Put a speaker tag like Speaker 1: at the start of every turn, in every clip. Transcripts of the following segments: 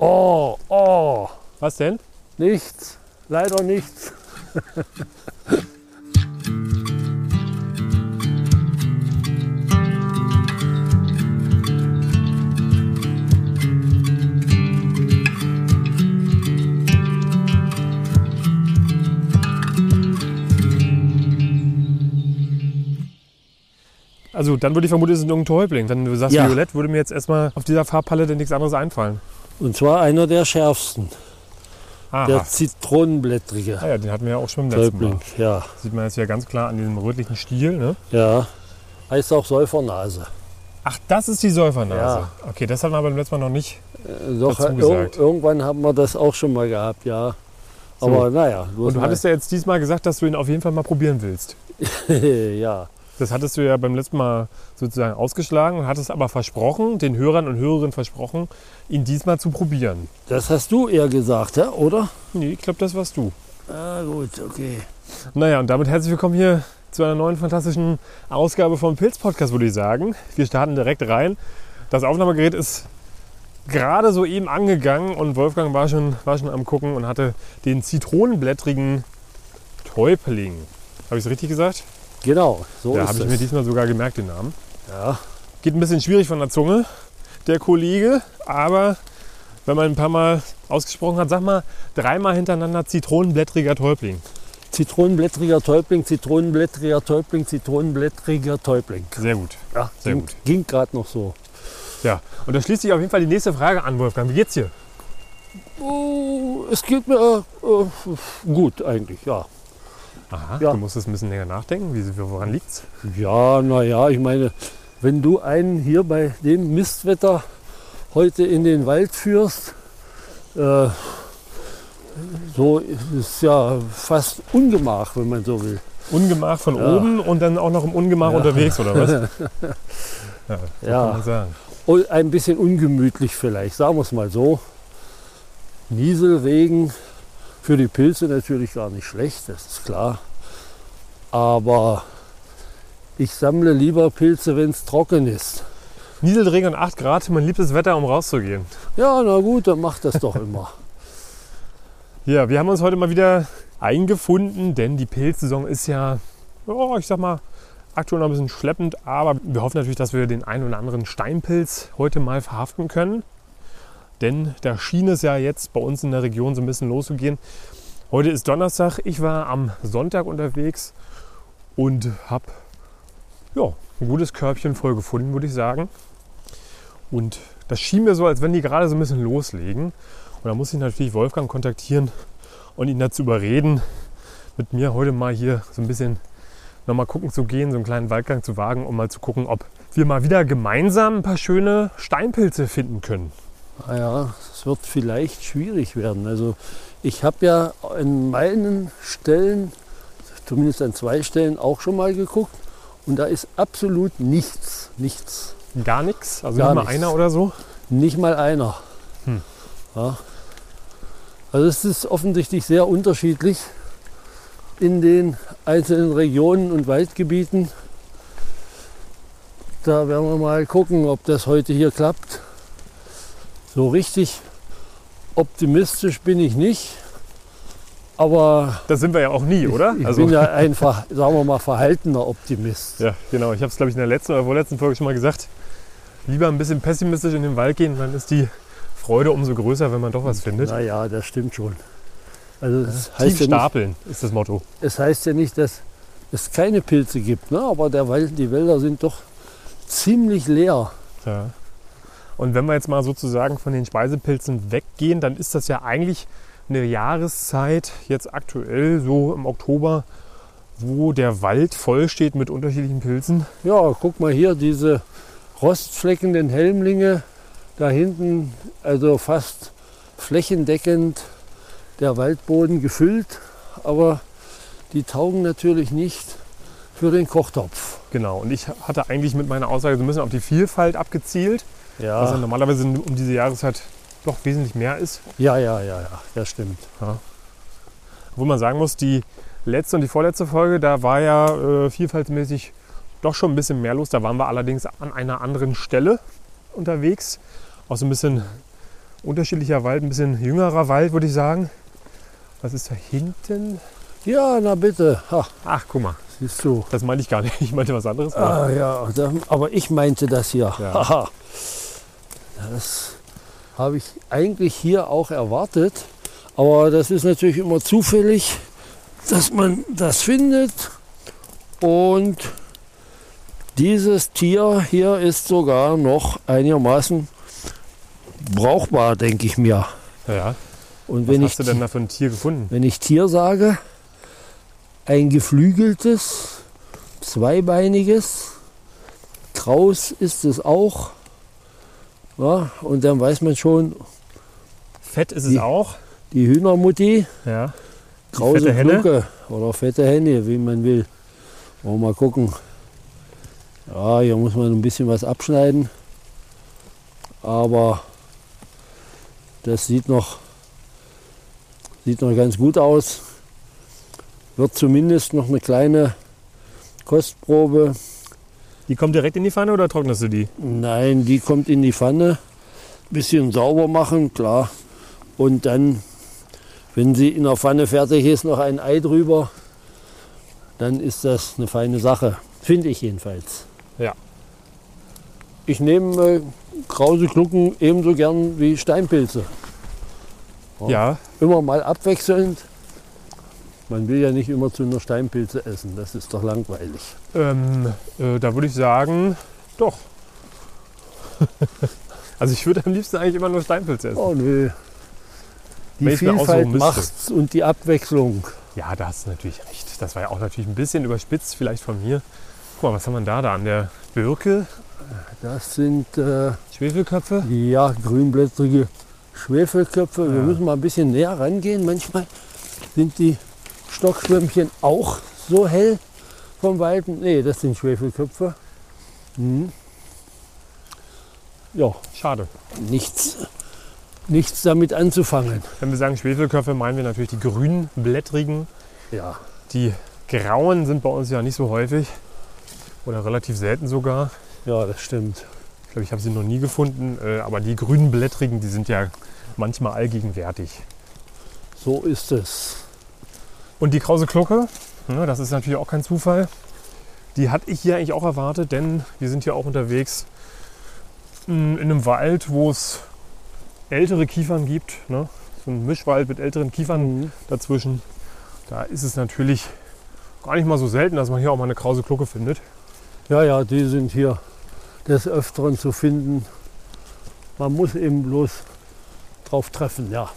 Speaker 1: Oh, oh. Was denn?
Speaker 2: Nichts. Leider nichts.
Speaker 1: Also dann würde ich vermuten, es ist irgendein Täubling. Wenn du sagst
Speaker 2: Ja.
Speaker 1: Violett, würde mir jetzt erstmal auf dieser Farbpalette nichts anderes einfallen.
Speaker 2: Und zwar einer der schärfsten,
Speaker 1: Aha.
Speaker 2: der zitronenblättrige
Speaker 1: Ah ja, den hatten wir ja auch schon beim letzten Mal.
Speaker 2: Täubling. Ja,
Speaker 1: Sieht man jetzt ja ganz klar an diesem rötlichen Stiel. Ne?
Speaker 2: ja. Heißt auch Säufernase.
Speaker 1: Ach, das ist die Säufernase.
Speaker 2: Ja.
Speaker 1: Okay, das hatten wir beim letzten Mal noch nicht.
Speaker 2: Äh, Doch,
Speaker 1: Dazu
Speaker 2: ir
Speaker 1: gesagt.
Speaker 2: irgendwann haben wir das auch schon mal gehabt, ja.
Speaker 1: So.
Speaker 2: Aber naja, bloß
Speaker 1: Und du
Speaker 2: mal-
Speaker 1: hattest ja jetzt diesmal gesagt, dass du ihn auf jeden Fall mal probieren willst.
Speaker 2: ja.
Speaker 1: Das hattest du ja beim letzten Mal sozusagen ausgeschlagen und hattest aber versprochen, den Hörern und Hörerinnen versprochen, ihn diesmal zu probieren.
Speaker 2: Das hast du eher gesagt, ja, oder?
Speaker 1: Nee, ich glaube, das warst du.
Speaker 2: Ah, gut, okay.
Speaker 1: Naja, und damit herzlich willkommen hier zu einer neuen fantastischen Ausgabe vom Pilz Podcast, würde ich sagen. Wir starten direkt rein. Das Aufnahmegerät ist gerade so eben angegangen und Wolfgang war schon, war schon am Gucken und hatte den zitronenblättrigen Täubling. Habe ich es richtig gesagt?
Speaker 2: Genau, so
Speaker 1: ja,
Speaker 2: ist
Speaker 1: habe ich
Speaker 2: es.
Speaker 1: mir diesmal sogar gemerkt, den Namen.
Speaker 2: ja,
Speaker 1: Geht ein bisschen schwierig von der Zunge, der Kollege, aber wenn man ein paar Mal ausgesprochen hat, sag mal dreimal hintereinander zitronenblättriger Täubling.
Speaker 2: Zitronenblättriger Täubling, Zitronenblättriger Täubling, Zitronenblättriger Täubling.
Speaker 1: Sehr gut.
Speaker 2: Ja,
Speaker 1: Sehr
Speaker 2: ging,
Speaker 1: gut.
Speaker 2: Ging gerade noch so.
Speaker 1: Ja, und da schließt sich auf jeden Fall die nächste Frage an, Wolfgang. Wie geht's dir?
Speaker 2: Oh, es geht mir äh, gut eigentlich, ja.
Speaker 1: Aha,
Speaker 2: Ja.
Speaker 1: du musstest ein bisschen länger nachdenken. Wie, woran liegt's?
Speaker 2: Ja, naja, ich meine, wenn du einen hier bei dem Mistwetter heute in den Wald führst, äh, so ist ja fast Ungemach, wenn man so will.
Speaker 1: Ungemach von
Speaker 2: Ja.
Speaker 1: oben und dann auch noch im Ungemach
Speaker 2: Ja.
Speaker 1: unterwegs, oder was? ja, so
Speaker 2: Ja.
Speaker 1: kann man sagen.
Speaker 2: Und ein bisschen ungemütlich vielleicht, sagen wir es mal so. Nieselregen für die Pilze natürlich gar nicht schlecht, das ist klar. Aber ich sammle lieber Pilze, wenn es trocken ist.
Speaker 1: Nieselregen und 8 Grad, mein liebstes Wetter, um rauszugehen.
Speaker 2: Ja, na gut, dann macht das doch immer.
Speaker 1: Ja, wir haben uns heute mal wieder eingefunden, denn die Pilzsaison ist ja, ja, ich sag mal, aktuell noch ein bisschen schleppend, aber wir hoffen natürlich, dass wir den einen oder anderen Steinpilz heute mal verhaften können. Denn da schien es ja jetzt bei uns in der Region so ein bisschen loszugehen. Heute ist Donnerstag, ich war am Sonntag unterwegs und habe ja, ein gutes Körbchen voll gefunden, würde ich sagen. Und das schien mir so, als wenn die gerade so ein bisschen loslegen. Und da muss ich natürlich Wolfgang kontaktieren und ihn dazu überreden, mit mir heute mal hier so ein bisschen nochmal gucken zu gehen, so einen kleinen Waldgang zu wagen, um mal zu gucken, ob wir mal wieder gemeinsam ein paar schöne Steinpilze finden können.
Speaker 2: Naja, Ah es wird vielleicht schwierig werden. Also ich habe ja in meinen Stellen, zumindest an zwei Stellen, auch schon mal geguckt und da ist absolut nichts, nichts,
Speaker 1: Gar nichts, also
Speaker 2: Gar
Speaker 1: nicht mal
Speaker 2: nichts.
Speaker 1: einer oder so.
Speaker 2: nicht mal einer.
Speaker 1: Hm.
Speaker 2: Ja. Also es ist offensichtlich sehr unterschiedlich in den einzelnen Regionen und Waldgebieten. Da werden wir mal gucken, ob das heute hier klappt. So richtig optimistisch bin ich nicht, aber
Speaker 1: Das sind wir ja auch nie, oder? Also
Speaker 2: ich bin ja ein, ver- sagen wir mal, verhaltener Optimist.
Speaker 1: ja, genau. Ich habe es, glaube ich, in der letzten oder vorletzten Folge schon mal gesagt. Lieber ein bisschen pessimistisch in den Wald gehen, dann ist die Freude umso größer, wenn man doch was findet.
Speaker 2: Naja, das stimmt schon. Also es
Speaker 1: Tief
Speaker 2: heißt ja nicht,
Speaker 1: stapeln ist das Motto.
Speaker 2: es heißt ja nicht, dass es keine Pilze gibt, ne? aber der Wald, die Wälder sind doch ziemlich leer.
Speaker 1: Ja. Und wenn wir jetzt mal sozusagen von den Speisepilzen weggehen, dann ist das ja eigentlich eine Jahreszeit, jetzt aktuell so im Oktober, wo der Wald voll steht mit unterschiedlichen Pilzen.
Speaker 2: Ja, guck mal hier, diese rostfleckenden Helmlinge da hinten, also fast flächendeckend der Waldboden gefüllt, aber die taugen natürlich nicht für den Kochtopf.
Speaker 1: Genau, und ich hatte eigentlich mit meiner Aussage so ein bisschen auf die Vielfalt abgezielt, was ja
Speaker 2: Ja,
Speaker 1: normalerweise um diese Jahreszeit doch wesentlich mehr ist.
Speaker 2: ja, ja, ja, ja, das stimmt.
Speaker 1: Wo man sagen muss, die letzte und die vorletzte Folge, da war ja äh, vielfaltmäßig doch schon ein bisschen mehr los. Da waren wir allerdings an einer anderen Stelle unterwegs. Auch so ein bisschen unterschiedlicher Wald, ein bisschen jüngerer Wald, würde ich sagen. Was ist da hinten?
Speaker 2: Ja, na bitte. Ha,
Speaker 1: Ach, guck mal,
Speaker 2: siehst du.
Speaker 1: das meinte ich gar nicht. Ich meinte was anderes. aber-
Speaker 2: Ah ja, da, aber ich meinte das hier.
Speaker 1: Ja.
Speaker 2: Haha. Das habe ich eigentlich hier auch erwartet. Aber das ist natürlich immer zufällig, dass man das findet. Und dieses Tier hier ist sogar noch einigermaßen brauchbar, denke ich mir.
Speaker 1: Ja.
Speaker 2: Und
Speaker 1: Was
Speaker 2: wenn ich
Speaker 1: hast du denn da für ein Tier gefunden?
Speaker 2: wenn ich Tier sage, ein geflügeltes, zweibeiniges, Kraus ist es auch. Ja, und dann weiß man schon,
Speaker 1: Fett ist es
Speaker 2: Die-
Speaker 1: auch.
Speaker 2: die Hühnermutti,
Speaker 1: Ja.
Speaker 2: krause
Speaker 1: fette Henne?
Speaker 2: Glucke oder fette Henne, wie man will. Wollen wir mal gucken. Ja, hier muss man ein bisschen was abschneiden. Aber das sieht noch, sieht noch ganz gut aus. Wird zumindest noch eine kleine Kostprobe.
Speaker 1: Die kommt direkt in die Pfanne oder trocknest du die?
Speaker 2: Nein, die kommt in die Pfanne, bisschen sauber machen, klar. Und dann, wenn sie in der Pfanne fertig ist, noch ein Ei drüber. Dann ist das eine feine Sache, finde ich jedenfalls.
Speaker 1: Ja.
Speaker 2: Ich nehme äh, krause Glucken ebenso gern wie Steinpilze. Ja.
Speaker 1: Ja.
Speaker 2: Immer mal abwechselnd. Man will ja nicht immer zu einer Steinpilze essen, das ist doch langweilig.
Speaker 1: Ähm, äh, da würde ich sagen, doch. also ich würde am liebsten eigentlich immer nur Steinpilze essen.
Speaker 2: Oh nö. Die
Speaker 1: Wenn ich's mir
Speaker 2: Vielfalt
Speaker 1: aussuchen müsste.
Speaker 2: macht's und die Abwechslung.
Speaker 1: Ja, da hast du natürlich recht. Das war ja auch natürlich ein bisschen überspitzt vielleicht von mir. Guck mal, was haben wir denn da da an der Birke?
Speaker 2: Das sind äh,
Speaker 1: Schwefelköpfe?
Speaker 2: ja grünblättrige Schwefelköpfe. Wir
Speaker 1: Ja.
Speaker 2: müssen mal ein bisschen näher rangehen. Manchmal sind die Stockschwämmchen auch so hell vom Weiten. Nee, das sind Schwefelköpfe. Mhm. Ja,
Speaker 1: Schade.
Speaker 2: nichts, nichts damit anzufangen.
Speaker 1: Wenn wir sagen Schwefelköpfe, meinen wir natürlich die grünen, blättrigen.
Speaker 2: Ja,
Speaker 1: Die grauen sind bei uns ja nicht so häufig oder relativ selten sogar.
Speaker 2: ja, das stimmt.
Speaker 1: Ich glaube, ich habe sie noch nie gefunden. Äh, aber die grünen, blättrigen, die sind ja manchmal allgegenwärtig.
Speaker 2: So ist es.
Speaker 1: Und die krause Glucke, ne, das ist natürlich auch kein Zufall. Die hatte ich hier eigentlich auch erwartet, denn wir sind hier auch unterwegs m, in einem Wald, wo es ältere Kiefern gibt. Ne? So ein Mischwald mit älteren Kiefern dazwischen. Da ist es natürlich gar nicht mal so selten, dass man hier auch mal eine krause Glucke findet.
Speaker 2: Ja, ja, die sind hier des Öfteren zu finden. Man muss eben bloß drauf treffen, ja.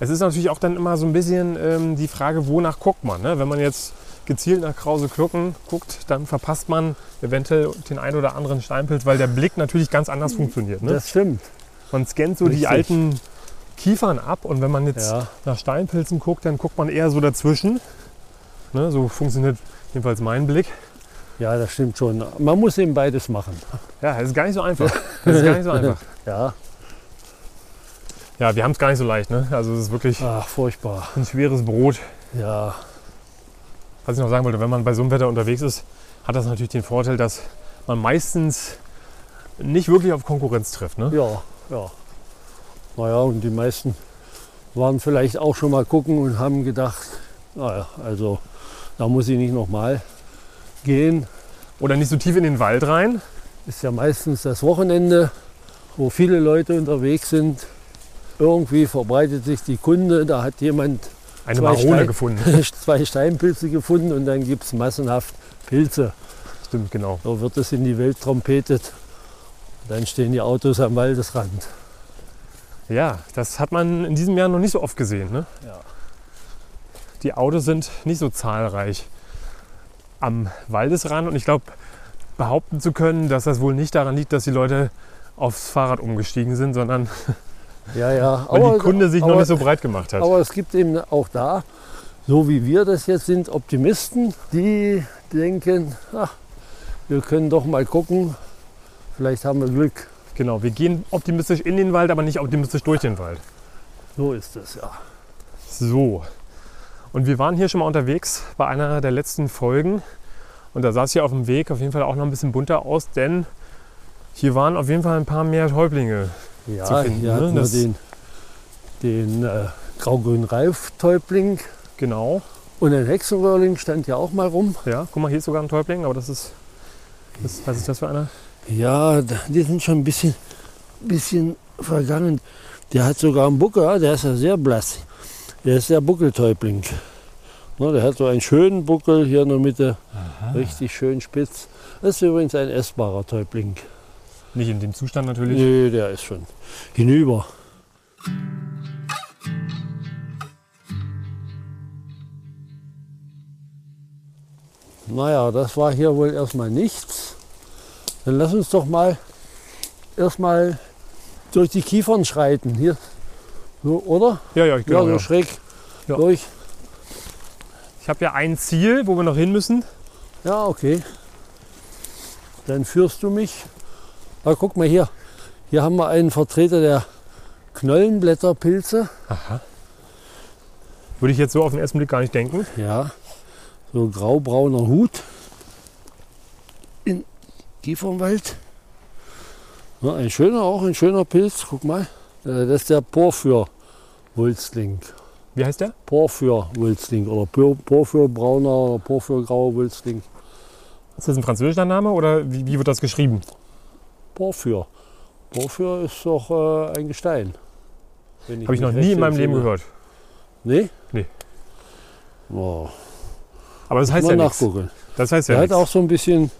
Speaker 1: Es ist natürlich auch dann immer so ein bisschen ähm, die Frage, wonach guckt man. Ne? Wenn man jetzt gezielt nach krause Glucken guckt, dann verpasst man eventuell den einen oder anderen Steinpilz, weil der Blick natürlich ganz anders funktioniert. Ne?
Speaker 2: Mhm. Das stimmt.
Speaker 1: Man scannt so die
Speaker 2: Richtig.
Speaker 1: alten Kiefern ab und wenn man jetzt
Speaker 2: Ja,
Speaker 1: nach Steinpilzen guckt, dann guckt man eher so dazwischen. Ne, so funktioniert jedenfalls mein Blick.
Speaker 2: ja, das stimmt schon. Man muss eben beides machen.
Speaker 1: Ja, es ist gar nicht so einfach. Es ist gar nicht so einfach.
Speaker 2: Ja,
Speaker 1: Ja, wir haben es gar nicht so leicht. Ne? Also es ist wirklich
Speaker 2: ach, furchtbar.
Speaker 1: ein schweres Brot.
Speaker 2: Ja,
Speaker 1: Was ich noch sagen wollte, wenn man bei so einem Wetter unterwegs ist, hat das natürlich den Vorteil, dass man meistens nicht wirklich auf Konkurrenz trifft. Ne?
Speaker 2: ja, ja. Naja, und die meisten waren vielleicht auch schon mal gucken und haben gedacht, naja, also da muss ich nicht nochmal gehen.
Speaker 1: Oder nicht so tief in den Wald rein.
Speaker 2: ist ja meistens das Wochenende, wo viele Leute unterwegs sind. Irgendwie verbreitet sich die Kunde, da hat jemand
Speaker 1: Eine
Speaker 2: Zwei
Speaker 1: Marone
Speaker 2: Stein-
Speaker 1: gefunden.
Speaker 2: zwei Steinpilze gefunden und dann gibt es massenhaft Pilze.
Speaker 1: Stimmt, genau.
Speaker 2: So wird es in die Welt trompetet. Dann stehen die Autos am Waldesrand.
Speaker 1: Ja, das hat man in diesem Jahr noch nicht so oft gesehen. Ne?
Speaker 2: Ja.
Speaker 1: Die Autos sind nicht so zahlreich am Waldesrand und ich glaube, behaupten zu können, dass das wohl nicht daran liegt, dass die Leute aufs Fahrrad umgestiegen sind, sondern
Speaker 2: Ja, ja.
Speaker 1: weil die Kunde sich noch
Speaker 2: aber-
Speaker 1: nicht so breit gemacht hat.
Speaker 2: Aber es gibt eben auch da, so wie wir das jetzt sind, Optimisten, die denken, ach, wir können doch mal gucken, vielleicht haben wir Glück.
Speaker 1: Genau, wir gehen optimistisch in den Wald, aber nicht optimistisch durch den Wald.
Speaker 2: So ist es ja.
Speaker 1: So. Und wir waren hier schon mal unterwegs bei einer der letzten Folgen. Und da sah es hier auf dem Weg auf jeden Fall auch noch ein bisschen bunter aus, denn hier waren auf jeden Fall ein paar mehr Häuptlinge
Speaker 2: Ja,
Speaker 1: zu finden,
Speaker 2: hier hatten
Speaker 1: ne?
Speaker 2: wir
Speaker 1: Das-
Speaker 2: den, den äh, grau-grün-reif-Täubling
Speaker 1: Genau.
Speaker 2: und ein Hexenröhrling stand ja auch mal rum.
Speaker 1: Ja, guck mal, hier ist sogar ein Täubling, aber das ist. Das, was ist das für einer?
Speaker 2: Ja, da- die sind schon ein bisschen, bisschen vergangen. Der hat sogar einen Buckel, ja, der ist ja sehr blass. Der ist der Buckeltäubling. Ne, der hat so einen schönen Buckel hier in der Mitte, richtig schön spitz. Das ist übrigens ein essbarer Täubling.
Speaker 1: Nicht in dem Zustand natürlich.
Speaker 2: Nö, der ist schon hinüber. Naja, das war hier wohl erstmal nichts. Dann lass uns doch mal erstmal durch die Kiefern schreiten. Hier, so, oder?
Speaker 1: Ja, ja, ich glaube.
Speaker 2: ja, so
Speaker 1: Ja.
Speaker 2: schräg
Speaker 1: Ja.
Speaker 2: durch.
Speaker 1: Ich habe ja ein Ziel, wo wir noch hin müssen.
Speaker 2: Ja, okay. Dann führst du mich. Ah, guck mal hier. Hier haben wir einen Vertreter der Knollenblätterpilze.
Speaker 1: Würde ich jetzt so auf den ersten Blick gar nicht denken.
Speaker 2: Ja, so graubrauner Hut in Kiefernwald. Ja, ein schöner, auch ein schöner Pilz, guck mal. Äh, Das ist der Porphyr-Wulstling.
Speaker 1: Wie heißt der?
Speaker 2: Porphyr-Wulstling oder Por- Porphyrbrauner oder Porphyrgrauer Wulstling.
Speaker 1: Ist das ein französischer Name oder wie, wie wird das geschrieben?
Speaker 2: Porphyr. Porphyr ist doch äh, ein Gestein. Wenn
Speaker 1: Habe ich noch
Speaker 2: mich
Speaker 1: nie
Speaker 2: recht
Speaker 1: in meinem Leben
Speaker 2: entsinne.
Speaker 1: gehört.
Speaker 2: Nee?
Speaker 1: Nee.
Speaker 2: Wow.
Speaker 1: Aber das heißt
Speaker 2: Mal
Speaker 1: ja nichts.
Speaker 2: nachgucken.
Speaker 1: Das heißt
Speaker 2: Der
Speaker 1: ja
Speaker 2: hat auch
Speaker 1: nichts.
Speaker 2: so ein bisschen,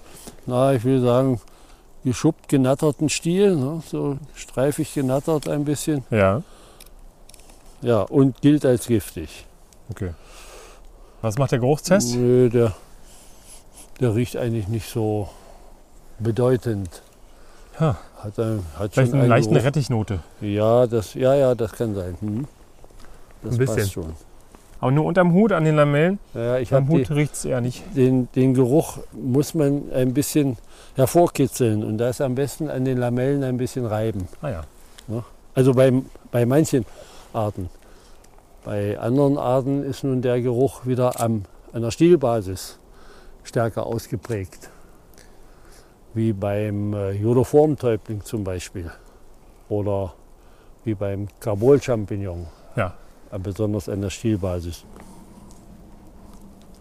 Speaker 2: na, ich will sagen, geschuppt genatterten Stiel, ne? so streifig genattert ein bisschen.
Speaker 1: Ja,
Speaker 2: Ja, und gilt als giftig.
Speaker 1: okay. Was macht der Geruchstest?
Speaker 2: Nö, der, der riecht eigentlich nicht so bedeutend.
Speaker 1: Ha.
Speaker 2: Hat, ein, hat schon
Speaker 1: Vielleicht eine
Speaker 2: einen
Speaker 1: leichte
Speaker 2: Geruch.
Speaker 1: Rettichnote.
Speaker 2: Ja, das, ja, ja, das kann sein. Hm. Das
Speaker 1: Ein bisschen.
Speaker 2: passt schon.
Speaker 1: Aber nur unterm Hut an den Lamellen.
Speaker 2: Ja, ich
Speaker 1: Am
Speaker 2: habe
Speaker 1: Hut riecht es eher nicht.
Speaker 2: den, den Geruch muss man ein bisschen hervorkitzeln und das am besten an den Lamellen ein bisschen reiben.
Speaker 1: Ah ja.
Speaker 2: Also bei, bei manchen Arten. Bei anderen Arten ist nun der Geruch wieder am, an der Stielbasis stärker ausgeprägt. Wie beim äh, Jodoformtäubling zum Beispiel. Oder wie beim Carbol-Champignon.
Speaker 1: Ja.
Speaker 2: Äh, Besonders an der Stielbasis.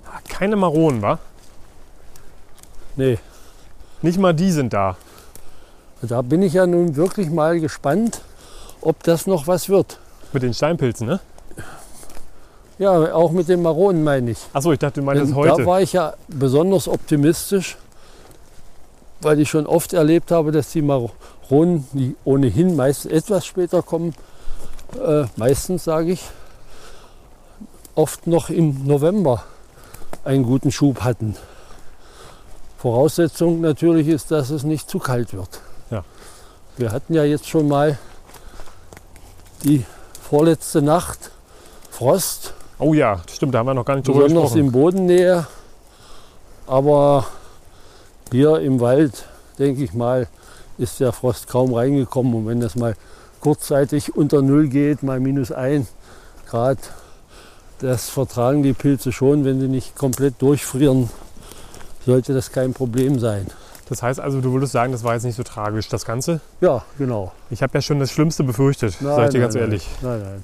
Speaker 1: Ah, Keine Maronen, wa?
Speaker 2: Nee,
Speaker 1: Nicht mal die sind da.
Speaker 2: da bin ich ja nun wirklich mal gespannt, ob das noch was wird.
Speaker 1: Mit den Steinpilzen, ne?
Speaker 2: Ja, auch mit den Maronen meine ich.
Speaker 1: Achso, ich dachte, du meintest
Speaker 2: Denn
Speaker 1: heute.
Speaker 2: Ähm, Da war ich ja besonders optimistisch, weil ich schon oft erlebt habe, dass die Maronen, die ohnehin meist etwas später kommen, äh, meistens sage ich, oft noch im November einen guten Schub hatten. Voraussetzung natürlich ist, dass es nicht zu kalt wird.
Speaker 1: Ja.
Speaker 2: Wir hatten ja jetzt schon mal die vorletzte Nacht Frost
Speaker 1: Oh ja, stimmt, da haben wir noch gar nicht drüber
Speaker 2: besonders
Speaker 1: gesprochen.
Speaker 2: in Bodennähe. Aber hier im Wald, denke ich mal, ist der Frost kaum reingekommen. Und wenn das mal kurzzeitig unter Null geht, mal minus ein Grad, das vertragen die Pilze schon. Wenn sie nicht komplett durchfrieren, sollte das kein Problem sein.
Speaker 1: Das heißt also, du würdest sagen, das war jetzt nicht so tragisch, das Ganze.
Speaker 2: Ja, genau.
Speaker 1: Ich habe ja schon das Schlimmste befürchtet, sag
Speaker 2: Nein,
Speaker 1: ich dir
Speaker 2: nein,
Speaker 1: ganz
Speaker 2: nein.
Speaker 1: ehrlich.
Speaker 2: Nein, nein.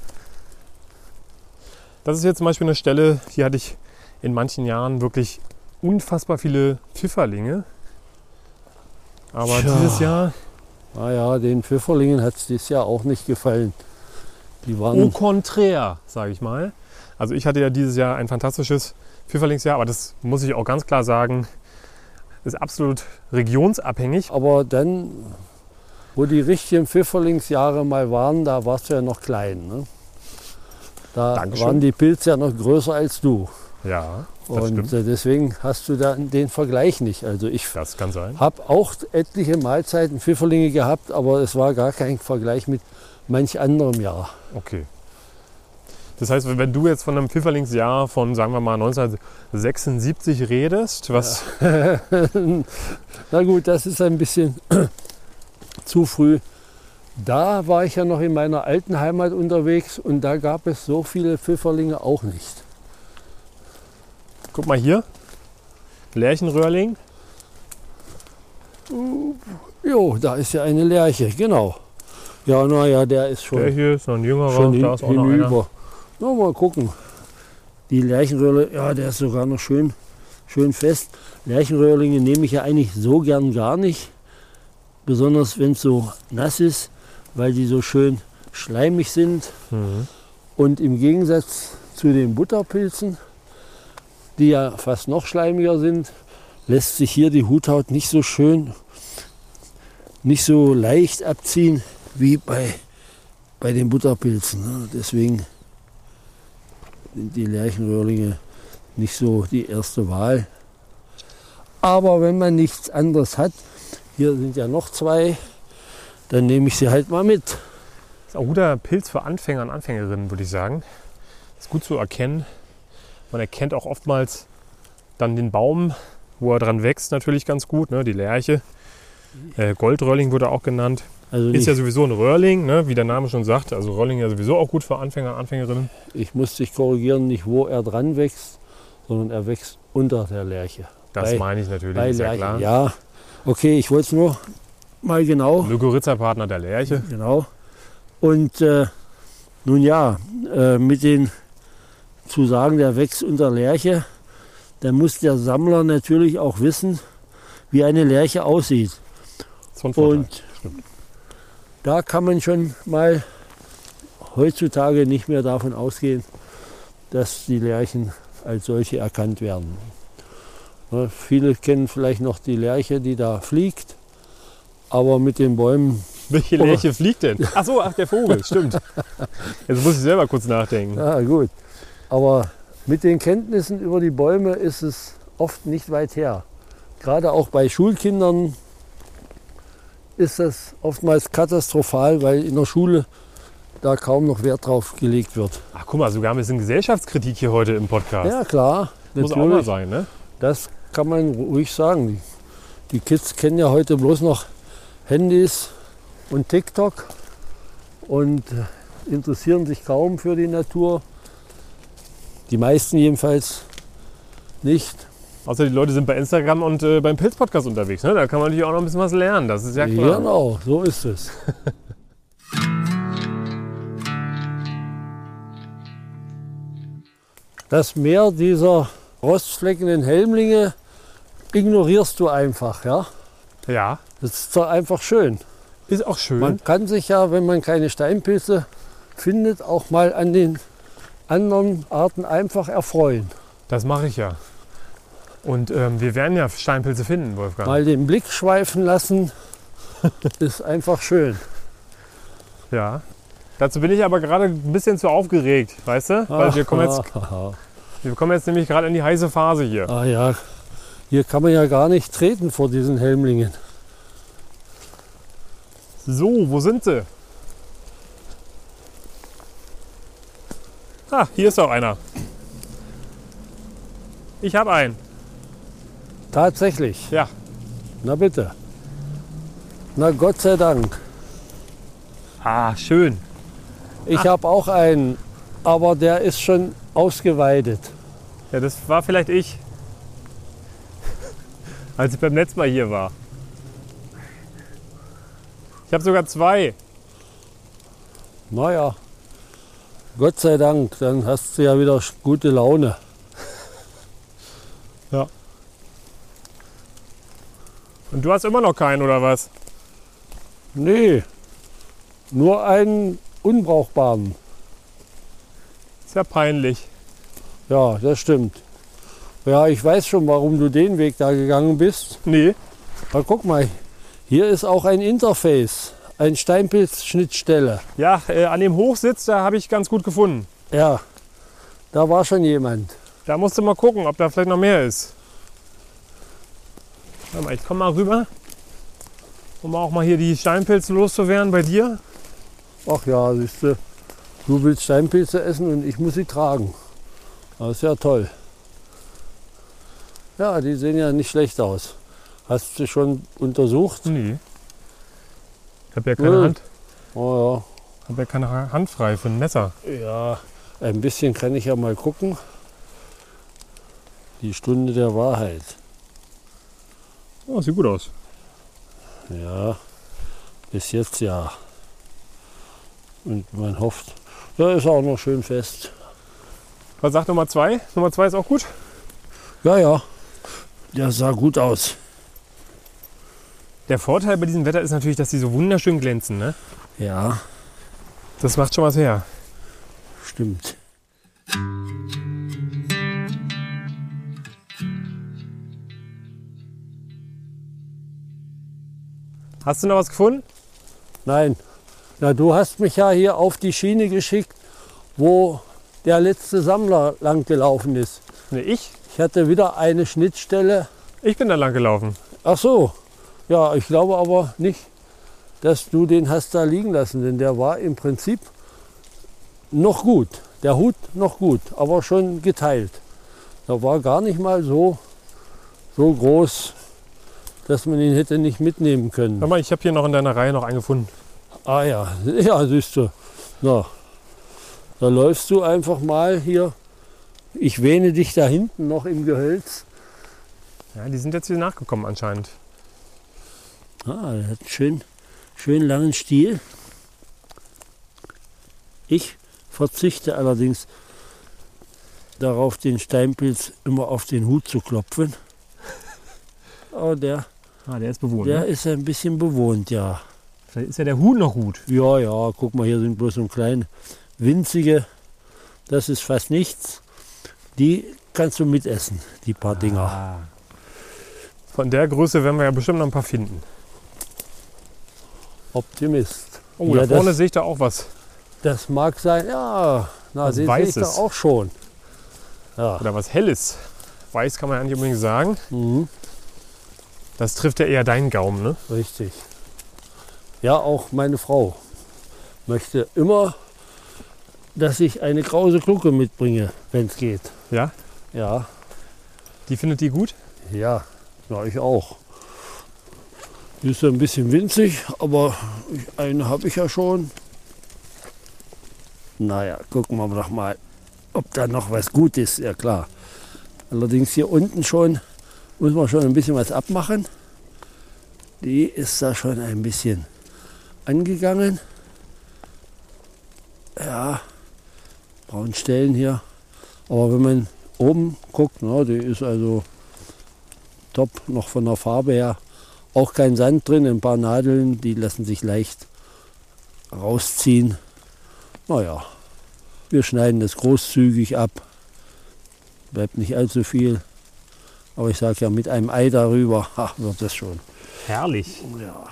Speaker 1: Das ist jetzt zum Beispiel eine Stelle, hier hatte ich in manchen Jahren wirklich unfassbar viele Pfifferlinge. Aber
Speaker 2: Tja.
Speaker 1: dieses Jahr,
Speaker 2: Naja, Ah den Pfifferlingen hat es dieses Jahr auch nicht gefallen. Die
Speaker 1: au
Speaker 2: waren
Speaker 1: contraire, sage ich mal. Also ich hatte ja dieses Jahr ein fantastisches Pfifferlingsjahr, aber das muss ich auch ganz klar sagen, ist absolut regionsabhängig.
Speaker 2: Aber dann, wo die richtigen Pfifferlingsjahre mal waren, da warst du ja noch klein. Ne? Da
Speaker 1: Dankeschön.
Speaker 2: waren die Pilze ja noch größer als du.
Speaker 1: Ja, das
Speaker 2: Und
Speaker 1: stimmt.
Speaker 2: äh, deswegen hast du da den Vergleich nicht. Also ich
Speaker 1: Das kann sein.
Speaker 2: habe auch etliche Mahlzeiten Pfifferlinge gehabt, aber es war gar kein Vergleich mit manch anderem Jahr.
Speaker 1: Okay. Das heißt, wenn du jetzt von einem Pfifferlingsjahr von, sagen wir mal, 1976 redest, was
Speaker 2: Na gut, das ist ein bisschen zu früh. Da war ich ja noch in meiner alten Heimat unterwegs und da gab es so viele Pfifferlinge auch nicht.
Speaker 1: Guck mal hier. Lärchenröhrling.
Speaker 2: Jo, da ist ja eine Lerche, genau. Ja, naja, der ist schon,
Speaker 1: Der hier ist noch ein jüngerer,
Speaker 2: schon
Speaker 1: da
Speaker 2: hin,
Speaker 1: ist auch noch einer.
Speaker 2: hinüber. Na, mal gucken. Die Lerchenröhrlinge, ja, der ist sogar noch schön, schön fest. Lerchenröhrlinge nehme ich ja eigentlich so gern gar nicht. Besonders wenn es so nass ist, weil die so schön schleimig sind.
Speaker 1: Mhm.
Speaker 2: Und im Gegensatz zu den Butterpilzen, die ja fast noch schleimiger sind, lässt sich hier die Huthaut nicht so schön, nicht so leicht abziehen wie bei, bei den Butterpilzen. ne? Deswegen sind die Lerchenröhrlinge nicht so die erste Wahl. Aber wenn man nichts anderes hat, hier sind ja noch zwei, dann nehme ich sie halt mal mit.
Speaker 1: Ist auch ein guter Pilz für Anfänger und Anfängerinnen, würde ich sagen. Ist gut zu erkennen. Man erkennt auch oftmals dann den Baum, wo er dran wächst, natürlich ganz gut, ne? die Lerche. Äh, Goldröhrling wurde auch genannt.
Speaker 2: Also
Speaker 1: Ist
Speaker 2: nicht,
Speaker 1: ja sowieso ein Röhrling, ne? wie der Name schon sagt. Also Röhrling ja sowieso auch gut für Anfänger und Anfängerinnen.
Speaker 2: ich muss dich korrigieren, nicht wo er dran wächst, sondern er wächst unter der Lerche.
Speaker 1: Das
Speaker 2: Bei-
Speaker 1: meine ich natürlich,
Speaker 2: Bei
Speaker 1: ist ja
Speaker 2: Lerche.
Speaker 1: klar.
Speaker 2: ja, okay, ich wollte es nur mal genau.
Speaker 1: Mykorrhiza-Partner der Lerche.
Speaker 2: Genau. Und äh, nun ja, äh, mit den zu sagen, der wächst unter Lerche, dann muss der Sammler natürlich auch wissen, wie eine Lerche aussieht.
Speaker 1: Ist von Vorteil.
Speaker 2: Und da kann man schon mal heutzutage nicht mehr davon ausgehen, dass die Lerchen als solche erkannt werden. Ne, Viele kennen vielleicht noch die Lerche, die da fliegt, aber mit den Bäumen,
Speaker 1: Welche
Speaker 2: Oh.
Speaker 1: Lerche fliegt denn? Ach so, ach, der Vogel, stimmt. Jetzt muss ich selber kurz nachdenken.
Speaker 2: ja gut, aber mit den Kenntnissen über die Bäume ist es oft nicht weit her. Gerade auch bei Schulkindern ist das oftmals katastrophal, weil in der Schule da kaum noch Wert drauf gelegt wird.
Speaker 1: Ach, guck mal, sogar ein bisschen Gesellschaftskritik hier heute im Podcast.
Speaker 2: Ja, klar.
Speaker 1: Muss auch mal sein, ne?
Speaker 2: Das kann man ruhig sagen. Die, die Kids kennen ja heute bloß noch Handys und TikTok und äh, interessieren sich kaum für die Natur. Die meisten jedenfalls nicht.
Speaker 1: Außer die Leute sind bei Instagram und äh, beim Pilz-Podcast unterwegs. Ne? Da kann man natürlich auch noch ein bisschen was lernen. Das ist ja klar.
Speaker 2: Genau, so ist es. Das Meer dieser rostfleckenden Helmlinge ignorierst du einfach, ja?
Speaker 1: Ja,
Speaker 2: Das ist doch einfach schön.
Speaker 1: ist auch schön.
Speaker 2: Man kann sich ja, wenn man keine Steinpilze findet, auch mal an den anderen Arten einfach erfreuen.
Speaker 1: Das mache ich ja. Und ähm, wir werden ja Steinpilze finden, Wolfgang.
Speaker 2: Mal den Blick schweifen lassen, ist einfach schön.
Speaker 1: Ja. Dazu bin ich aber gerade ein bisschen zu aufgeregt, weißt du? Weil wir kommen jetzt, wir kommen jetzt nämlich gerade in die heiße Phase hier.
Speaker 2: Ah ja, hier kann man ja gar nicht treten vor diesen Helmlingen.
Speaker 1: So, wo sind sie? Ah, hier ist auch einer. Ich habe einen.
Speaker 2: Tatsächlich.
Speaker 1: Ja.
Speaker 2: Na bitte. Na Gott sei Dank.
Speaker 1: Ah, schön.
Speaker 2: Ich
Speaker 1: Ah.
Speaker 2: habe auch einen, aber der ist schon ausgeweidet.
Speaker 1: Ja, das war vielleicht ich. Als ich beim letzten Mal hier war. Ich habe sogar zwei.
Speaker 2: Naja, Gott sei Dank, dann hast du ja wieder sch- gute Laune.
Speaker 1: Und du hast immer noch keinen, oder was?
Speaker 2: Nee, nur einen unbrauchbaren.
Speaker 1: Ist ja peinlich.
Speaker 2: Ja, das stimmt. Ja, ich weiß schon, warum du den Weg da gegangen bist.
Speaker 1: Nee.
Speaker 2: Na, guck mal, hier ist auch ein Interface, ein Steinpilz-Schnittstelle.
Speaker 1: Ja, äh, an dem Hochsitz, da habe ich ganz gut gefunden.
Speaker 2: Ja, da war schon jemand.
Speaker 1: Da musst du mal gucken, ob da vielleicht noch mehr ist. Warte mal, ich komme mal rüber, um auch mal hier die Steinpilze loszuwerden bei dir.
Speaker 2: Ach ja, siehst du, du willst Steinpilze essen und ich muss sie tragen. Das ist ja toll. Ja, die sehen ja nicht schlecht aus. Hast du schon untersucht?
Speaker 1: Nee. Ich habe ja keine,
Speaker 2: Äh.
Speaker 1: Hand,
Speaker 2: Oh
Speaker 1: hab ja keine Ha- Hand frei für ein Messer.
Speaker 2: ja. ja, ein bisschen kann ich ja mal gucken. Die Stunde der Wahrheit.
Speaker 1: Oh, sieht gut aus.
Speaker 2: Ja, bis jetzt ja. Und man hofft, da ist auch noch schön fest.
Speaker 1: Was sagt Nummer 2? Nummer 2 ist auch gut.
Speaker 2: Ja, ja, der sah gut aus.
Speaker 1: Der Vorteil bei diesem Wetter ist natürlich, dass die so wunderschön glänzen. Ne?
Speaker 2: Ja,
Speaker 1: Das macht schon was her.
Speaker 2: stimmt.
Speaker 1: Hast du noch was gefunden?
Speaker 2: Nein, na du hast mich ja hier auf die Schiene geschickt, wo der letzte Sammler lang gelaufen ist.
Speaker 1: Nee, Ne, ich?
Speaker 2: Ich hatte wieder eine Schnittstelle.
Speaker 1: Ich bin da lang gelaufen.
Speaker 2: Ach so, ja, ich glaube aber nicht, dass du den hast da liegen lassen, denn der war im Prinzip noch gut. Der Hut noch gut, aber schon geteilt. Da war gar nicht mal so, so groß, dass man ihn hätte nicht mitnehmen können.
Speaker 1: Sag mal, ich habe hier noch in deiner Reihe noch einen gefunden.
Speaker 2: Ah ja, ja, siehst du. Na, da läufst du einfach mal hier. Ich wähne dich da hinten noch im Gehölz.
Speaker 1: Ja, die sind jetzt hier nachgekommen anscheinend.
Speaker 2: Ah, der hat einen schön, schön langen Stiel. Ich verzichte allerdings darauf, den Steinpilz immer auf den Hut zu klopfen. Aber der,
Speaker 1: Ah, der ist bewohnt.
Speaker 2: der ist ein bisschen bewohnt, ja.
Speaker 1: Vielleicht ist ja der Huhn noch gut.
Speaker 2: Ja, ja, guck mal, hier sind bloß so kleine, winzige. Das ist fast nichts. Die kannst du mitessen, die paar Dinger.
Speaker 1: Von der Größe werden wir ja bestimmt noch ein paar finden.
Speaker 2: Optimist.
Speaker 1: Oh,
Speaker 2: ja,
Speaker 1: da vorne
Speaker 2: das,
Speaker 1: sehe ich da auch was.
Speaker 2: das mag sein. Ja, na,
Speaker 1: Was
Speaker 2: den sehe ich da
Speaker 1: Weißes.
Speaker 2: auch schon. Ja.
Speaker 1: Oder was Helles. Weiß kann man ja nicht unbedingt sagen.
Speaker 2: Mhm.
Speaker 1: Das trifft ja eher deinen Gaumen, ne?
Speaker 2: Richtig. Ja, auch meine Frau möchte immer, dass ich eine krause Glucke mitbringe, wenn es geht.
Speaker 1: Ja.
Speaker 2: Ja,
Speaker 1: Die findet die gut?
Speaker 2: ja, na, ich auch. Die ist ja ein bisschen winzig, aber ich- eine habe ich ja schon. Naja, gucken wir doch mal, ob da noch was gut ist, ja klar. Allerdings hier unten schon muss man schon ein bisschen was abmachen. Die ist da schon ein bisschen angegangen. Ja, braun Stellen hier. Aber wenn man oben guckt, na, die ist also top, noch von der Farbe her. Auch kein Sand drin, ein paar Nadeln, die lassen sich leicht rausziehen. Naja, wir schneiden das großzügig ab. Bleibt nicht allzu viel. Aber ich sage ja, mit einem Ei darüber ha, wird das schon.
Speaker 1: Herrlich.
Speaker 2: Ja.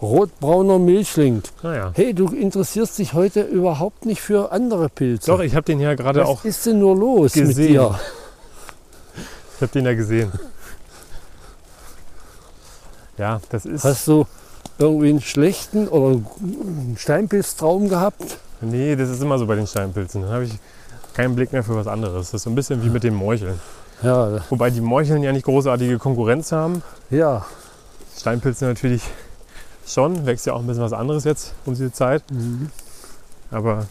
Speaker 2: Rotbrauner Milchling.
Speaker 1: Naja.
Speaker 2: Hey, du interessierst dich heute überhaupt nicht für andere Pilze.
Speaker 1: Doch, ich habe den ja gerade
Speaker 2: Was
Speaker 1: auch.
Speaker 2: ist denn nur los mit
Speaker 1: gesehen.
Speaker 2: dir?
Speaker 1: Ich habe den ja gesehen. Ja, das ist.
Speaker 2: Hast du irgendwie einen schlechten oder einen Steinpilztraum gehabt?
Speaker 1: Nee, das ist immer so bei den Steinpilzen. Dann habe ich keinen Blick mehr für was anderes. Das ist so ein bisschen wie mit den Meucheln.
Speaker 2: Ja,
Speaker 1: Wobei die Meucheln ja nicht großartige Konkurrenz haben.
Speaker 2: ja.
Speaker 1: Steinpilze natürlich schon. Wächst ja auch ein bisschen was anderes jetzt um diese Zeit. Aber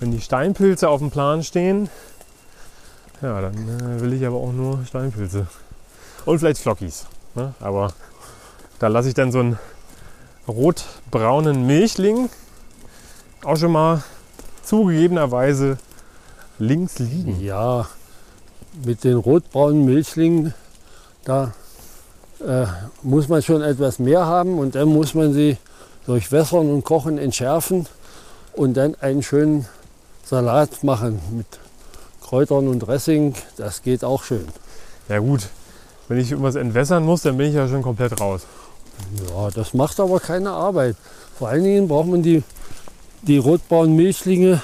Speaker 1: wenn die Steinpilze auf dem Plan stehen, ja, dann äh, will ich aber auch nur Steinpilze. Und vielleicht Flockies. Ne? Aber da lasse ich dann so einen rotbraunen Milchling auch schon mal zugegebenerweise links liegen.
Speaker 2: Ja, mit den rotbraunen Milchlingen, da äh, muss man schon etwas mehr haben und dann muss man sie durch Wässern und Kochen entschärfen und dann einen schönen Salat machen mit Kräutern und Dressing. Das geht auch schön.
Speaker 1: Ja gut, wenn ich irgendwas entwässern muss, dann bin ich ja schon komplett raus.
Speaker 2: Ja, das macht aber keine Arbeit. Vor allen Dingen braucht man die, die rotbraunen Milchlinge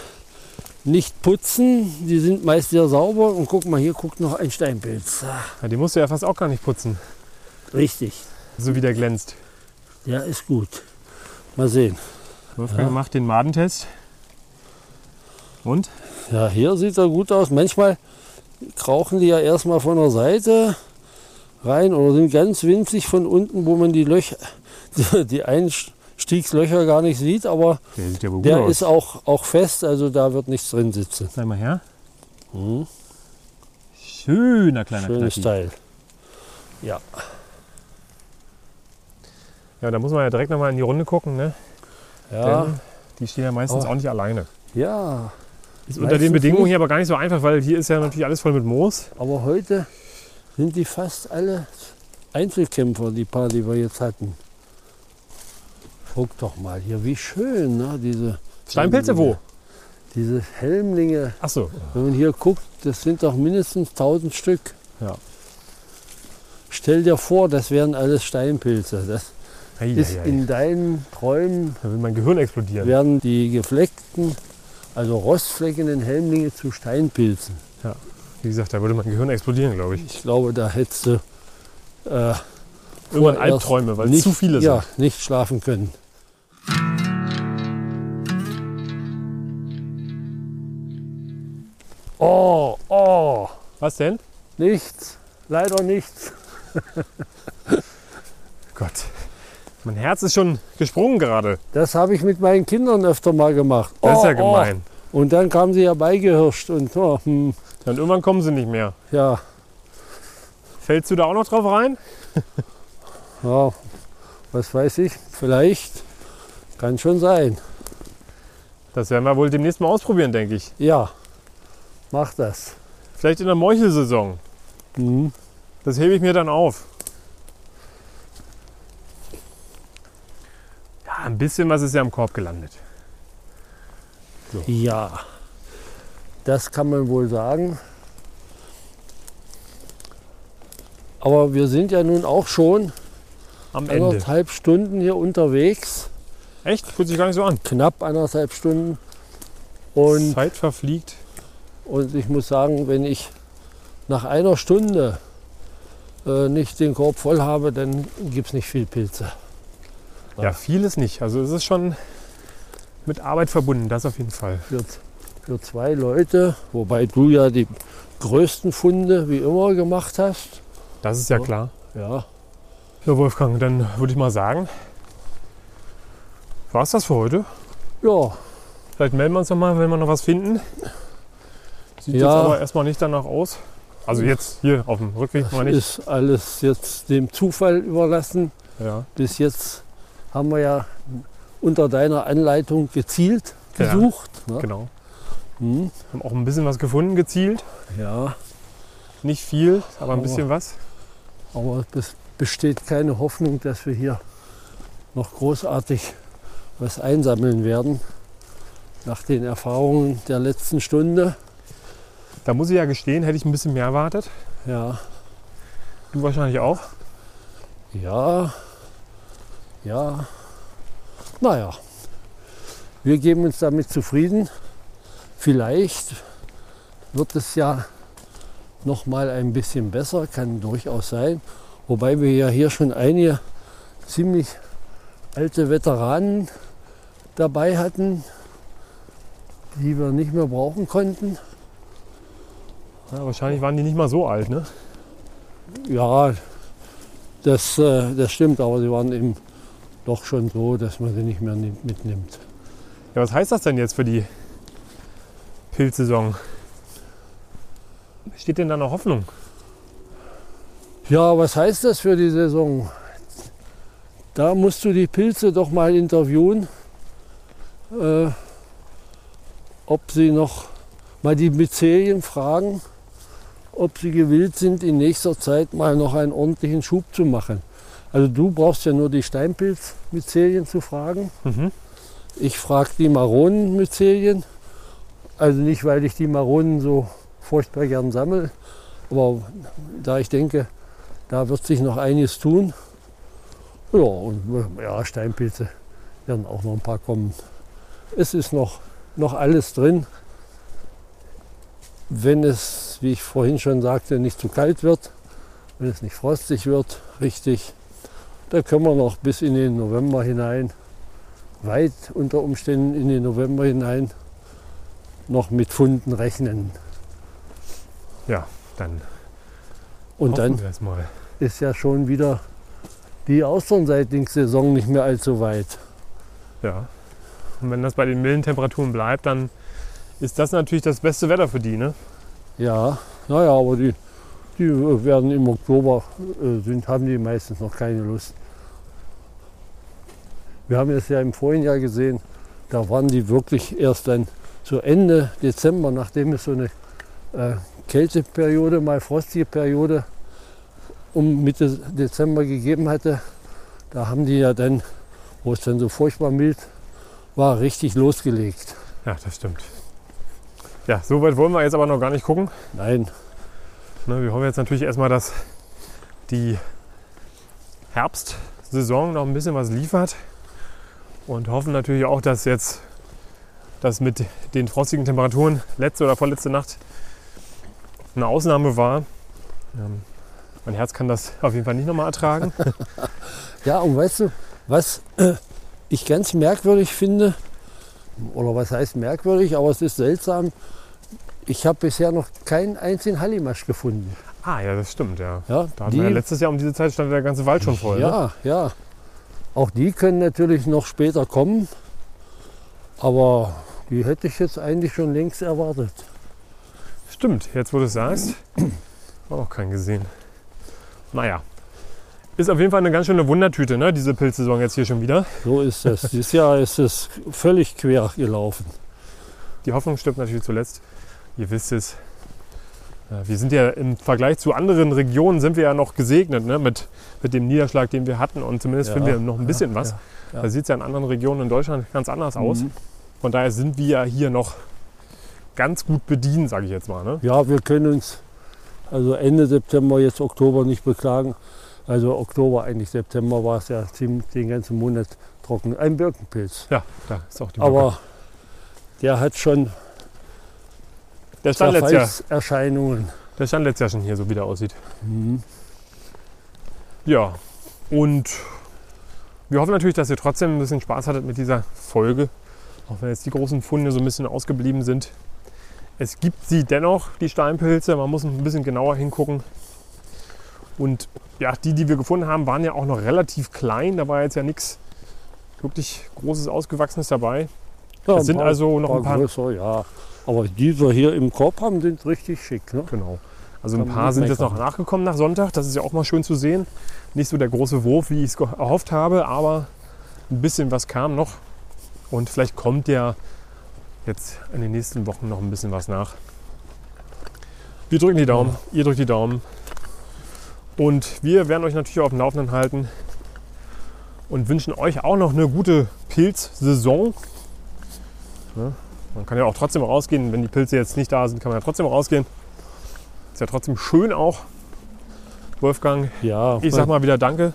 Speaker 2: nicht putzen. Die sind meist sehr sauber. Und guck mal, hier guckt noch ein Steinpilz. Ah,
Speaker 1: Ja, die musst du ja fast auch gar nicht putzen,
Speaker 2: Richtig,
Speaker 1: so wie der glänzt.
Speaker 2: der ist gut. Mal sehen.
Speaker 1: Wolfgang macht den Madentest. Und?
Speaker 2: Ja, hier sieht er gut aus. Manchmal krauchen die ja erstmal von der Seite rein oder sind ganz winzig von unten, wo man die Löcher, die Einstiegslöcher gar nicht sieht. Aber
Speaker 1: Der sieht ja wohl
Speaker 2: der ist auch, auch fest, also da wird nichts drin sitzen.
Speaker 1: Sei mal her.
Speaker 2: Mhm.
Speaker 1: Schöner kleiner
Speaker 2: Schönes
Speaker 1: Knacki.
Speaker 2: Teil. Ja.
Speaker 1: Ja, da muss man ja direkt nochmal in die Runde gucken, ne?
Speaker 2: Ja.
Speaker 1: Denn die stehen ja meistens
Speaker 2: Oh.
Speaker 1: auch nicht alleine.
Speaker 2: ja.
Speaker 1: Ist
Speaker 2: Meistens
Speaker 1: unter den Bedingungen
Speaker 2: nicht.
Speaker 1: hier aber gar nicht so einfach, weil hier ist ja natürlich alles voll mit Moos.
Speaker 2: Aber heute sind die fast alle Einzelkämpfer, die paar, die wir jetzt hatten. Guck doch mal hier, wie schön, ne? diese,
Speaker 1: Steinpilze wo?
Speaker 2: diese Helmlinge.
Speaker 1: Ach so.
Speaker 2: Wenn man hier guckt, das sind doch mindestens 1000 Stück.
Speaker 1: Ja.
Speaker 2: Stell dir vor, das wären alles Steinpilze. Das
Speaker 1: Hei,
Speaker 2: ist
Speaker 1: hei, hei.
Speaker 2: in deinen Träumen
Speaker 1: Da will mein Gehirn explodieren.
Speaker 2: werden die gefleckten, also rostfleckenden Helmlinge zu Steinpilzen.
Speaker 1: Wie gesagt, da würde mein Gehirn explodieren, glaube ich.
Speaker 2: Ich glaube, da hättest du äh,
Speaker 1: Irgendwann
Speaker 2: vorerst
Speaker 1: Albträume, weil
Speaker 2: nicht,
Speaker 1: zu viele
Speaker 2: ja,
Speaker 1: sind.
Speaker 2: nicht schlafen können. Oh, oh,
Speaker 1: Was denn?
Speaker 2: nichts, leider nichts.
Speaker 1: Gott. Mein Herz ist schon gesprungen gerade.
Speaker 2: Das habe ich mit meinen Kindern öfter mal gemacht.
Speaker 1: Das ist
Speaker 2: Oh,
Speaker 1: ja gemein.
Speaker 2: Oh. Und dann kamen sie ja beigehirscht und oh, hm,
Speaker 1: Dann irgendwann kommen sie nicht mehr.
Speaker 2: ja,
Speaker 1: Fällst du da auch noch drauf rein?
Speaker 2: ja, was weiß ich, vielleicht kann schon sein.
Speaker 1: Das werden wir wohl demnächst mal ausprobieren, denke ich.
Speaker 2: Ja, mach das.
Speaker 1: Vielleicht in der Meuchelsaison.
Speaker 2: Mhm.
Speaker 1: Das hebe ich mir dann auf. Ja, ein bisschen was ist ja im Korb gelandet.
Speaker 2: Ja, das kann man wohl sagen. Aber wir sind ja nun auch schon
Speaker 1: Am Ende.
Speaker 2: anderthalb Stunden hier unterwegs,
Speaker 1: Echt? Fühlt sich gar nicht so an.
Speaker 2: knapp anderthalb Stunden. Und,
Speaker 1: Zeit verfliegt.
Speaker 2: und ich muss sagen, wenn ich nach einer Stunde äh, nicht den Korb voll habe, dann gibt es nicht viel Pilze. Ja.
Speaker 1: Ja, vieles nicht. Also es ist schon mit Arbeit verbunden, das auf jeden Fall.
Speaker 2: Für, für zwei Leute, wobei du ja die größten Funde wie immer gemacht hast.
Speaker 1: Das ist ja
Speaker 2: Ja.
Speaker 1: klar.
Speaker 2: Ja,
Speaker 1: Ja, Wolfgang, dann würde ich mal sagen, war es das für heute?
Speaker 2: ja
Speaker 1: Vielleicht melden wir uns nochmal, wenn wir noch was finden. Sieht
Speaker 2: Ja.
Speaker 1: jetzt aber erstmal nicht danach aus. Also jetzt hier auf dem Rückweg meine ich.
Speaker 2: ist alles jetzt dem Zufall überlassen.
Speaker 1: Ja.
Speaker 2: Bis jetzt haben wir ja unter deiner Anleitung gezielt
Speaker 1: Ja,
Speaker 2: gesucht. ne?
Speaker 1: Genau.
Speaker 2: Hm,
Speaker 1: Haben auch ein bisschen was gefunden, gezielt.
Speaker 2: ja,
Speaker 1: Nicht viel, aber ein
Speaker 2: Aber-
Speaker 1: bisschen was.
Speaker 2: aber es besteht keine Hoffnung, dass wir hier noch großartig was einsammeln werden. Nach den Erfahrungen der letzten Stunde.
Speaker 1: Da muss ich ja gestehen, hätte ich ein bisschen mehr erwartet.
Speaker 2: Ja,
Speaker 1: Du wahrscheinlich auch.
Speaker 2: ja, ja. Naja, wir geben uns damit zufrieden. Vielleicht wird es ja noch mal ein bisschen besser, kann durchaus sein. Wobei wir ja hier schon einige ziemlich alte Veteranen dabei hatten, die wir nicht mehr brauchen konnten.
Speaker 1: Ja, wahrscheinlich waren die nicht mal so alt, ne?
Speaker 2: Ja, das, äh, das stimmt, aber sie waren eben doch schon so, dass man sie nicht mehr ni- mitnimmt.
Speaker 1: Ja, was heißt das denn jetzt für die Pilzsaison? Steht denn da noch Hoffnung?
Speaker 2: Ja, was heißt das für die Saison? Da musst du die Pilze doch mal interviewen, äh, ob sie noch mal die Myzelien fragen, ob sie gewillt sind, in nächster Zeit mal noch einen ordentlichen Schub zu machen. Also du brauchst ja nur die Steinpilz-Myzelien zu fragen.
Speaker 1: Mhm.
Speaker 2: Ich frage die Maronenmyzelien. Also nicht, weil ich die Maronen so furchtbar gern sammle, aber da ich denke, da wird sich noch einiges tun. Ja, und äh, ja, Steinpilze werden auch noch ein paar kommen. Es ist noch, noch alles drin. Wenn es, wie ich vorhin schon sagte, nicht zu kalt wird, wenn es nicht frostig wird, richtig, da können wir noch bis in den November hinein weit unter Umständen in den November hinein noch mit Funden rechnen.
Speaker 1: Dann
Speaker 2: Und
Speaker 1: hoffen
Speaker 2: dann
Speaker 1: wir es mal.
Speaker 2: ist ja schon wieder die Außenseitingssaison nicht mehr allzu weit.
Speaker 1: Ja. Und wenn das bei den milden Temperaturen bleibt, dann ist das natürlich das beste Wetter für die, ne?
Speaker 2: Ja, naja, aber die, Die werden im Oktober, äh, sind, haben die meistens noch keine Lust. Wir haben es ja im vorigen Jahr gesehen, da waren die wirklich erst dann zu Ende Dezember, nachdem es so eine äh, Kälteperiode, mal frostige Periode um Mitte Dezember gegeben hatte. Da haben die ja dann, wo es dann so furchtbar mild war, richtig losgelegt.
Speaker 1: Ja, das stimmt. Ja, so weit wollen wir jetzt aber noch gar nicht gucken.
Speaker 2: Nein,
Speaker 1: Ne, wir hoffen jetzt natürlich erstmal, dass die Herbstsaison noch ein bisschen was liefert und hoffen natürlich auch, dass jetzt das mit den frostigen Temperaturen letzte oder vorletzte Nacht eine Ausnahme war. Ähm, mein Herz kann das auf jeden Fall nicht nochmal ertragen.
Speaker 2: Ja, und weißt du, was äh, ich ganz merkwürdig finde, oder was heißt merkwürdig, aber es ist seltsam, ich habe bisher noch keinen einzigen Hallimasch gefunden.
Speaker 1: Ah ja, das stimmt, ja.
Speaker 2: Ja,
Speaker 1: Da hatten wir ja letztes Jahr um diese Zeit stand der ganze Wald schon voll. Ne?
Speaker 2: ja, ja. Auch die können natürlich noch später kommen, aber die hätte ich jetzt eigentlich schon längst erwartet.
Speaker 1: Stimmt, jetzt wo du es sagst, war auch keinen gesehen. Naja, ist auf jeden Fall eine ganz schöne Wundertüte, ne? diese Pilzsaison jetzt hier schon wieder.
Speaker 2: So ist das. Dieses Jahr ist es völlig quer gelaufen.
Speaker 1: Die Hoffnung stirbt natürlich zuletzt. Ihr wisst es. Ja, Wir sind ja im Vergleich zu anderen Regionen sind wir ja noch gesegnet ne? mit, mit dem Niederschlag, den wir hatten. Und zumindest
Speaker 2: Ja,
Speaker 1: finden wir noch ein bisschen was.
Speaker 2: ja, ja. Mhm.
Speaker 1: Da sieht es ja in anderen Regionen in Deutschland ganz anders aus. Von daher sind wir ja hier noch ganz gut bedient, sage ich jetzt mal. Ne?
Speaker 2: Ja, wir können uns also Ende September, jetzt Oktober nicht beklagen. Also Oktober, eigentlich September war es ja ziemlich den ganzen Monat trocken. Ein Birkenpilz.
Speaker 1: Ja, da ist auch die Brücke.
Speaker 2: Aber der hat schon
Speaker 1: der stand, letztes Jahr,
Speaker 2: Zerfallserscheinungen.
Speaker 1: der stand letztes Jahr schon hier so wieder aussieht.
Speaker 2: Mhm.
Speaker 1: Ja, und wir hoffen natürlich, dass ihr trotzdem ein bisschen Spaß hattet mit dieser Folge. Auch wenn jetzt die großen Funde so ein bisschen ausgeblieben sind. Es gibt sie dennoch, die Steinpilze. Man muss ein bisschen genauer hingucken. Und ja, die, die wir gefunden haben, waren ja auch noch relativ klein. Da war jetzt ja nichts wirklich Großes, Ausgewachsenes dabei.
Speaker 2: Ja,
Speaker 1: Das sind
Speaker 2: paar-
Speaker 1: also noch ein paar-
Speaker 2: größer, ja. Aber die wir hier im Korb haben, sind richtig schick. Ne?
Speaker 1: Genau. Also ein
Speaker 2: Kann man
Speaker 1: paar
Speaker 2: nicht
Speaker 1: sind jetzt noch
Speaker 2: meckern.
Speaker 1: nachgekommen nach Sonntag. Das ist ja auch mal schön zu sehen. Nicht so der große Wurf, wie ich es ge- erhofft habe, aber ein bisschen was kam noch. Und vielleicht kommt ja jetzt in den nächsten Wochen noch ein bisschen was nach. Wir drücken die Daumen, ihr drückt die Daumen. Und wir werden euch natürlich auf dem Laufenden halten und wünschen euch auch noch eine gute Pilzsaison. Ne? Man kann ja auch trotzdem rausgehen, wenn die Pilze jetzt nicht da sind, kann man ja trotzdem rausgehen. Ist ja trotzdem schön auch. Wolfgang,
Speaker 2: Ja,
Speaker 1: ich sag mal wieder Danke.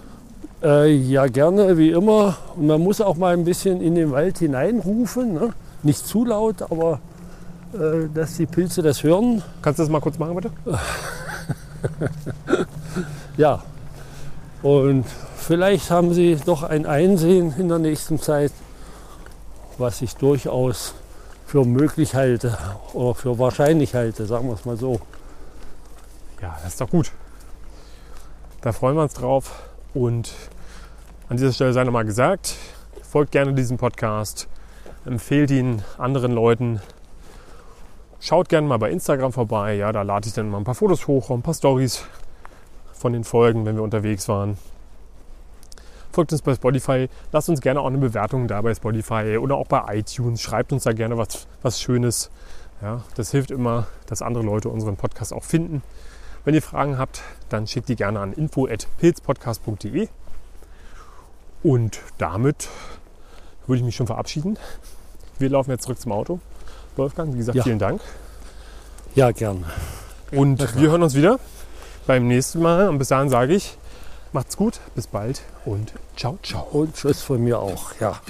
Speaker 2: Äh, ja, gerne, wie immer. Und man muss auch mal ein bisschen in den Wald hineinrufen. Ne? Nicht zu laut, aber äh, dass die Pilze das hören.
Speaker 1: Kannst du das mal kurz machen, bitte?
Speaker 2: Ja. Und vielleicht haben sie doch ein Einsehen in der nächsten Zeit, was ich durchaus für möglich halte oder für wahrscheinlich halte, sagen wir es mal so.
Speaker 1: Ja, das ist doch gut. Da freuen wir uns drauf. Und an dieser Stelle sei nochmal gesagt, folgt gerne diesem Podcast, empfehlt ihn anderen Leuten. Schaut gerne mal bei Instagram vorbei. Ja, da lade ich dann mal ein paar Fotos hoch, ein paar Stories von den Folgen, wenn wir unterwegs waren. Folgt uns bei Spotify, lasst uns gerne auch eine Bewertung da bei Spotify oder auch bei iTunes. Schreibt uns da gerne was, was Schönes. Ja, das hilft immer, dass andere Leute unseren Podcast auch finden. Wenn ihr Fragen habt, dann schickt die gerne an info.pilzpodcast.de. Und damit würde ich mich schon verabschieden. Wir laufen jetzt zurück zum Auto. Wolfgang, wie gesagt,
Speaker 2: Ja.
Speaker 1: vielen Dank.
Speaker 2: Ja, gerne.
Speaker 1: Und wir hören uns wieder beim nächsten Mal. Und bis dahin sage ich, macht's gut, bis bald und ciao, ciao.
Speaker 2: Und Tschüss von mir auch. Ja.